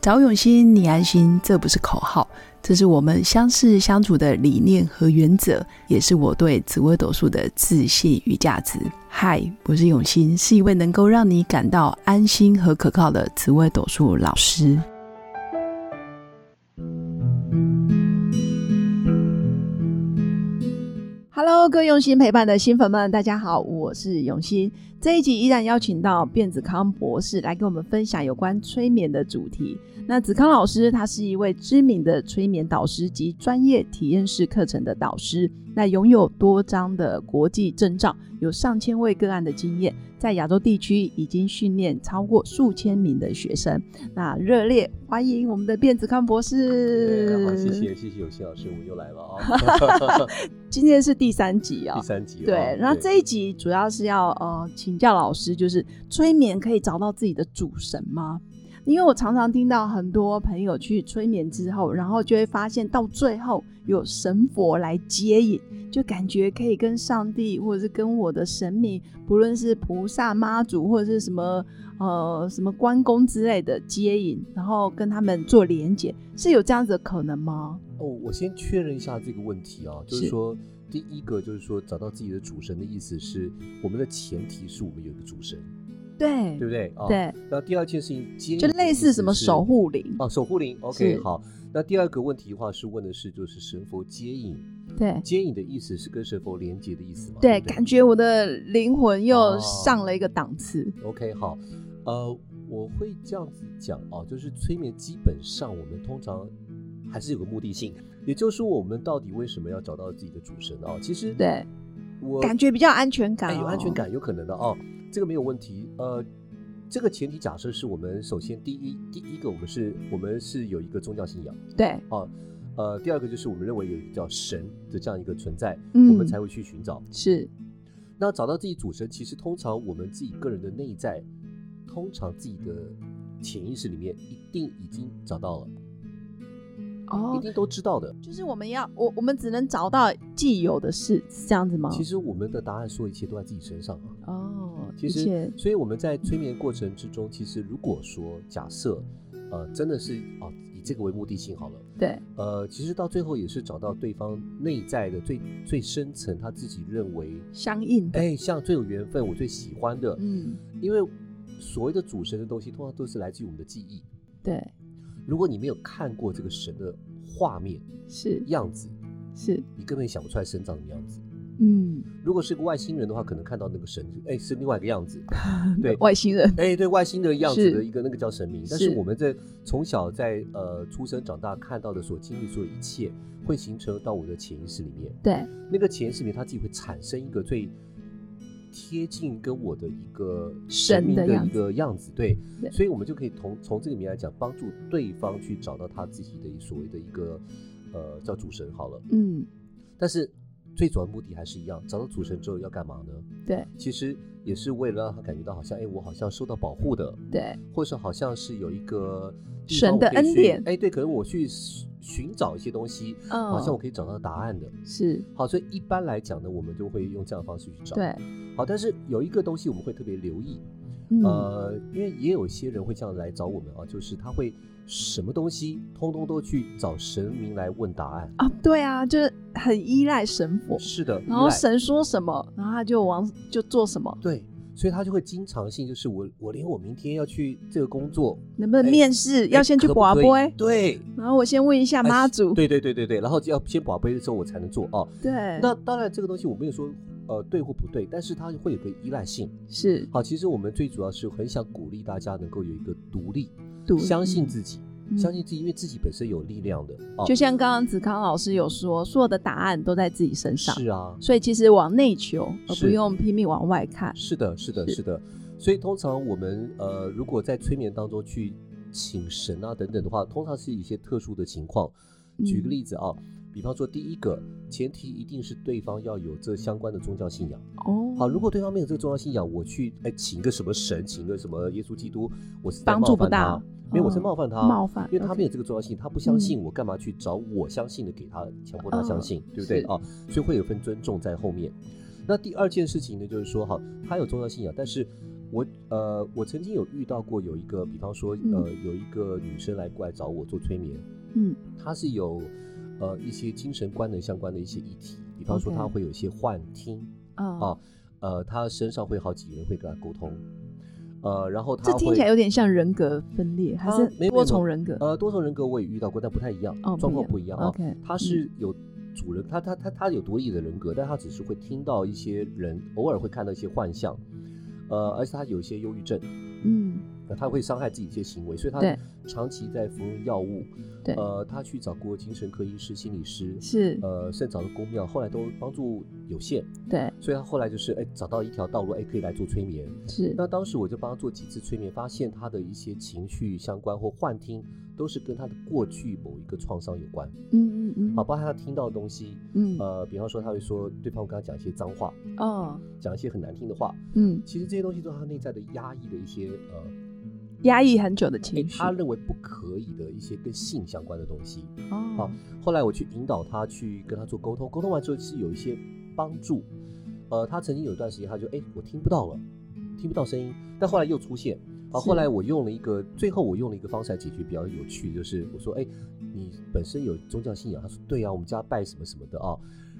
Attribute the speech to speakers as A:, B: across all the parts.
A: 找永新，你安心，这不是口号，这是我们相识相处的理念和原则，也是我对紫微斗数的自信与价值。嗨，我是永新，是一位能够让你感到安心和可靠的紫微斗数老师。
B: Hello，各位用心陪伴的新粉们，大家好，我是永新。这一集依然邀请到卞子康博士来跟我们分享有关催眠的主题。那子康老师他是一位知名的催眠导师及专业体验式课程的导师，那拥有多张的国际证照，有上千位个案的经验，在亚洲地区已经训练超过数千名的学生。那热烈欢迎我们的卞子康博士。
C: 对好，谢
B: 嗯
C: 谢谢谢有心老师，我又来了 啊、
B: 今天是第三集啊、
C: 第三集了啊、
B: 对，然后这一集主要是要呃请教老师，就是催眠可以找到自己的主神吗？因为我常常听到很多朋友去催眠之后，然后就会发现到最后有神佛来接引，就感觉可以跟上帝或者是跟我的神明，不论是菩萨、妈祖或者是什么呃什么关公之类的接引，然后跟他们做连接，是有这样子的可能吗？
C: 哦，我先确认一下这个问题啊，就是
B: 是
C: 说，第一个就是说，找到自己的主神的意思是，我们的前提是我们有一个主神，
B: 对
C: 对不对啊？。
B: 对，
C: 那第二件事情，接
B: 就类似什么守护灵，
C: 哦，守护灵。
B: 是
C: OK，好。那第二个问题的话是问的是，就是神佛接引，
B: 对。
C: 接引的意思是跟神佛连接的意思嘛？
B: 对，
C: 不对
B: 感觉我的灵魂又
C: 哦
B: 上了一个档次。
C: OK，好，呃，我会这样子讲啊，就是催眠基本上我们通常还是有个目的性，也就是说我们到底为什么要找到自己的主神啊？其实
B: 对，
C: 我
B: 感觉比较安全感、
C: 哎有安全
B: 哦。
C: 感，有可能的哦，这个没有问题。呃，这个前提假设是我们首先第一第一个我们是我们是有一个宗教信仰，
B: 对，
C: 呃，第二个就是我们认为有一个叫神的这样一个存在，
B: 嗯
C: 我们才会去寻找。
B: 是
C: 那找到自己主神，其实通常我们自己个人的内在，通常自己的潜意识里面一定已经找到了，一
B: 哦，
C: 定都知道的。
B: 就是我们要我我们只能找到既有的事，是这样子吗？
C: 其实我们的答案说一切都在自己身上啊。
B: 哦，
C: 其
B: 一
C: 实
B: 切，
C: 所以我们在催眠过程之中，其实如果说假设，呃，真的是哦，以这个为目的性好了，
B: 对
C: 呃，其实到最后也是找到对方内在的最最深层他自己认为，
B: 相应的，
C: 哎，像最有缘分，我最喜欢的，
B: 嗯，
C: 因为所谓的主神的东西，通常都是来自于我们的记忆。
B: 对，
C: 如果你没有看过这个神的画面
B: 是
C: 样子，
B: 是，
C: 你根本想不出来神长什么样子。
B: 嗯，
C: 如果是个外星人的话，可能看到那个神，哎，是另外一个样子。对
B: 外星人，
C: 哎，对外星人样子的
B: 是
C: 一个那个叫神明。但
B: 是
C: 是我们在从小在呃出生长大看到的所经历所有一切，会形成到我的潜意识里面。
B: 对，
C: 那个潜意识里面，它自己会产生一个最贴近跟我的一个
B: 神
C: 明
B: 的
C: 的
B: 样
C: 一个样子。对，
B: 对
C: 所以我们就可以从从这个里面来讲，帮助对方去找到他自己的所谓的一个呃叫主神好了。
B: 嗯，
C: 但是最主要的目的还是一样，找到主神之后要干嘛呢？
B: 对
C: 其实也是为了让他感觉到好像哎，我好像受到保护的，
B: 对，
C: 或是好像是有一个地
B: 神
C: 方
B: 的
C: 我可以
B: 恩
C: 去
B: 典
C: 哎，对，可能我去寻寻找一些东西，
B: 嗯，
C: 好像我可以找到答案的。
B: 是，
C: 好，所以一般来讲呢，我们就会用这样的方式去找。，
B: 对，
C: 好，但是有一个东西我们会特别留意，
B: 嗯，
C: 呃，因为也有一些人会这样来找我们啊，就是他会什么东西通通都去找神明来问答案。
B: 啊，对啊，就是很依赖神佛，
C: 是的，
B: 然后
C: 依赖
B: 神说什么，然后他就往就做什么，
C: 对，所以他就会经常性就是我我连我明天要去这个工作，
B: 能不能面试、要
C: 哎
B: 先去
C: 可不
B: 拔
C: 可以
B: 杯，
C: 对，
B: 然后我先问一下
C: 哎
B: 妈祖，
C: 对对对对对，然后就要先保杯的时候我才能做哦。
B: 对
C: 那当然这个东西我没有说呃对或不对，但是它会有个依赖性。
B: 是
C: 好，其实我们最主要是很想鼓励大家能够有一个独立，
B: 独立
C: 相信自己，
B: 嗯
C: 相信自己，因为自己本身有力量的哦。
B: 就像刚刚子康老师有说，所有的答案都在自己身上，
C: 是啊，
B: 所以其实往内求，而不
C: 是
B: 用拼命往外看。
C: 是的，是的，
B: 是
C: 是的。所以通常我们呃，如果在催眠当中去请神啊等等的话，通常是一些特殊的情况。举个
B: 嗯
C: 例子啊，比方说第一个前提一定是对方要有这相关的宗教信仰。
B: 哦，
C: 好，如果对方没有这个宗教信仰，我去哎请个什么神，请个什么耶稣基督，我是在
B: 帮助
C: 冒
B: 不
C: 犯他
B: 大，
C: 没有我是
B: 哦
C: 冒犯他，
B: 冒犯
C: 因为他
B: OK 嗯
C: 没有这个重要性，他不相信，我干嘛去找我相信的给他，强迫他相信，对不对
B: 哦是
C: 啊？啊所以会有份尊重在后面。那第二件事情呢，就是说，好，他有宗教信仰，但是我呃，我曾经有遇到过有一个，比方说
A: 嗯
C: 呃，有一个女生来过来找我做催眠，
A: 嗯，
C: 她是有呃一些精神官能相关的一些议题，比方说
A: OK
C: 她会有一些幻听
B: 哦嗯
A: 啊，
C: 啊，呃，她身上会好几个人会跟她沟通，呃，然后她
B: 这听起来
C: 会
B: 有点像人格分裂，还
C: 啊
B: 是
C: 没有
B: 多重人格？
C: 呃多重人格我也遇到过，但不太一样，
B: 哦不
C: 状
B: 一
C: 况
B: 样
C: 不一样啊。
B: OK，
C: 她是有主人，她她她她有独立的人格，但她只是会听到一些人偶尔会看到一些幻象，呃，而且她有一些忧郁症。
B: 嗯，
C: 那他会伤害自己一些行为，所以他
B: 对
C: 长期在服用药物。
B: 对
C: 呃，他去找过精神科医师、心理师，
B: 是，
C: 呃，甚至找了公庙，后来都帮助有限，
B: 对，
C: 所以他后来就是哎找到一条道路，哎可以来做催眠。
B: 是，
C: 那当时我就帮他做几次催眠，发现他的一些情绪相关或幻听都是跟他的过去某一个创伤有关，
B: 嗯嗯嗯，
C: 好，包括他听到的东西，
B: 嗯，
C: 呃，比方说他会说对方跟他讲一些脏话，
B: 哦，
C: 讲一些很难听的话，
B: 嗯，
C: 其实这些东西都是他内在的压抑的一些呃
B: 压抑很久的
C: 诶
B: 情绪，
C: 哎他认为不可以的一些跟性相关的东西。
B: 哦
C: 好，后来我去引导他去跟他做沟通，沟通完之后是有一些帮助。呃，他曾经有一段时间，他就哎、诶我听不到了，听不到声音，但后来又出现。啊，
B: 是
C: 后来我用了一个，最后我用了一个方式来解决，比较有趣，就是我说，哎、你本身有宗教信仰，他说对啊，我们家拜什么什么的啊。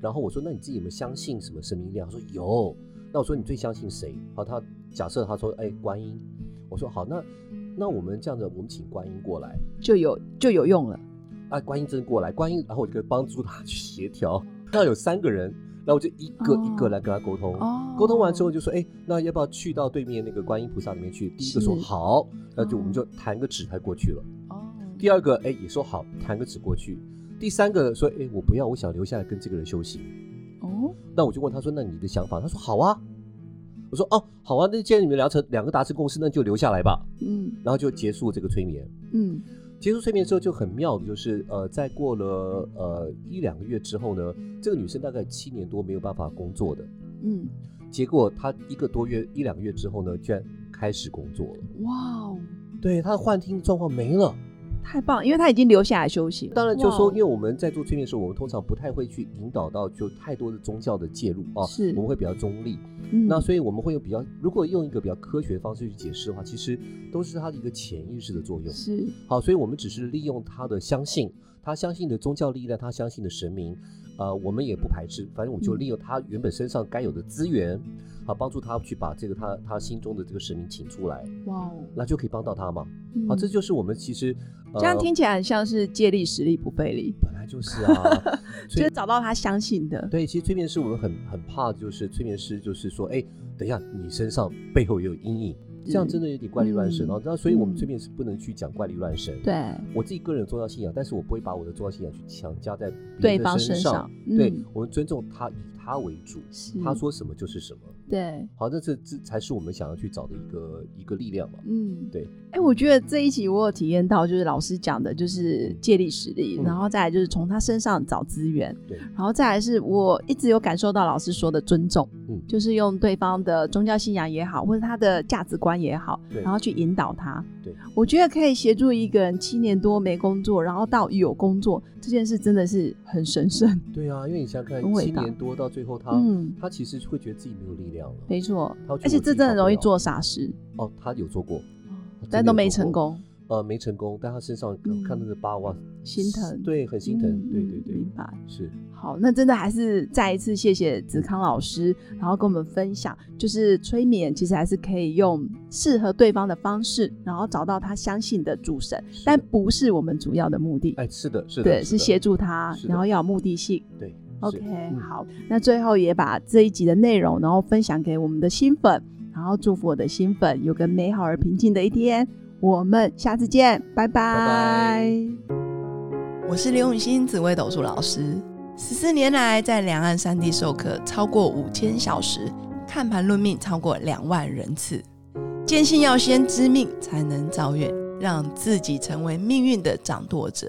C: 然后我说，那你自己有没有相信什么神明力量？他说有。那我说你最相信谁？好，他假设他说，哎、观音。我说好，那那我们这样子，我们请观音过来。
B: 就有就有用了，
C: 啊，观音真过来，观音，然后我就帮助他去协调。那有三个人，然后我就一个一个
B: 哦
C: 来跟他沟通。
B: 哦，
C: 沟通完之后就说，哎，那要不要去到对面那个观音菩萨里面去？第一个说
B: 是
C: 好，那就我们
B: 哦
C: 就弹个指牌过去了。
B: 哦，
C: 第二个，哎，也说好，弹个指过去。第三个说，哎，我不要，我想留下来跟这个人修行。
B: 哦，
C: 那我就问他说，那你的想法？他说好啊。我说哦，好啊，那既然你们聊成两个达成共识，那就留下来吧。
B: 嗯
C: 然后就结束这个催眠。
B: 嗯，
C: 结束催眠之后就很妙的，就是呃，在过了呃一两个月之后呢，这个女生大概七年多没有办法工作的，
B: 嗯，
C: 结果她一个多月一两个月之后呢，居然开始工作了，
B: 哇哦，
C: 对她的幻听状况没了。
B: 太棒，因为他已经留下来休息了，
C: 当然就
B: 哇
C: 说，
B: 哦
C: 因为我们在做催眠的时候，我们通常不太会去引导到就太多的宗教的介入啊，
B: 是
C: 我们会比较中立。
B: 嗯
C: 那所以我们会有比较，如果用一个比较科学的方式去解释的话，其实都是它的一个潜意识的作用。
B: 是
C: 好，所以我们只是利用他的相信，他相信的宗教力量，他相信的神明，呃，我们也不排斥，反正我们就
B: 嗯
C: 利用他原本身上该有的资源，好帮助他去把这个他他心中的这个神明请出来，
B: 哇哦，
C: 那就可以帮到他嘛。
B: 嗯
C: 好，这就是我们其实、呃、
B: 这样听起来很像是借力使力不费力，
C: 本来就是啊，
B: 就
C: 催
B: 是找到他相信的，
C: 对，其实催眠师我们很很怕，就是催眠师就是说，哎，等一下，你身上背后也有阴影，这样
B: 嗯
C: 真的有点怪力乱神哦。
B: 嗯
C: 那所以我们催
B: 嗯
C: 眠师不能去讲怪力乱神，
B: 对
C: 我自己个人有宗教信仰，但是我不会把我的宗教信仰去强加在别
B: 对
C: 人
B: 方
C: 的
B: 身
C: 身
B: 上，嗯
C: 对，我们尊重他，以他为主，
B: 是
C: 他说什么就是什么。
B: 对，
C: 好，那这这才是我们想要去找的一个一个力量嘛。
B: 嗯，
C: 对。
B: 哎、我觉得这一集我有体验到，就是老师讲的，就是借力使力，
C: 嗯
B: 然后再来就是从他身上找资源，
C: 对
B: 然后再来是我一直有感受到老师说的尊重，
C: 嗯
B: 就是用对方的宗教信仰也好，或者他的价值观也好，
C: 对
B: 然后去引导他。
C: 对，
B: 我觉得可以协助一个人七年多没工作，然后到有工作这件事，真的是很神圣。
C: 对啊，因为你想想
B: 很
C: 看，
B: 伟
C: 七
B: 大
C: 年多到最后他，他、
B: 嗯，
C: 其实会觉得自己没有力量了。
B: 没错
C: 他会，觉得
B: 而且
C: 啊我自
B: 这
C: 己
B: 真的
C: 跑不
B: 容易
C: 了
B: 做傻事，
C: 哦，他有做过，哦他真的
B: 但都
C: 有
B: 没
C: 做
B: 成
C: 过。
B: 功，
C: 呃，没成功，但他身上
B: 嗯
C: 看那个疤哇，
B: 心疼。
C: 对，很心疼。
B: 嗯
C: 对
B: 嗯
C: 对对
B: 明，白。
C: 是
B: 好，那真的还是再一次谢谢子康老师，然后跟我们分享，就是催眠其实还是可以用适合对方的方式，然后找到他相信的主神，
C: 是
B: 但
C: 的
B: 不是我们主要的目的。
C: 哎，是的，是的，
B: 对，是
C: 是的
B: 协助他，
C: 是的
B: 然后要有目的性。
C: 对是
B: OK，、
C: 嗯
B: 好，那最后也把这一集的内容，然后分享给我们的新粉，然后祝福我的新粉有个美好而平静的一天。我们下次见，拜拜
C: 拜
A: 我是刘雨欣，紫薇斗数老师。十四年来，在两岸三地授课超过五千小时，看盘论命超过两万人次。坚信要先知命，才能造运，让自己成为命运的掌舵者。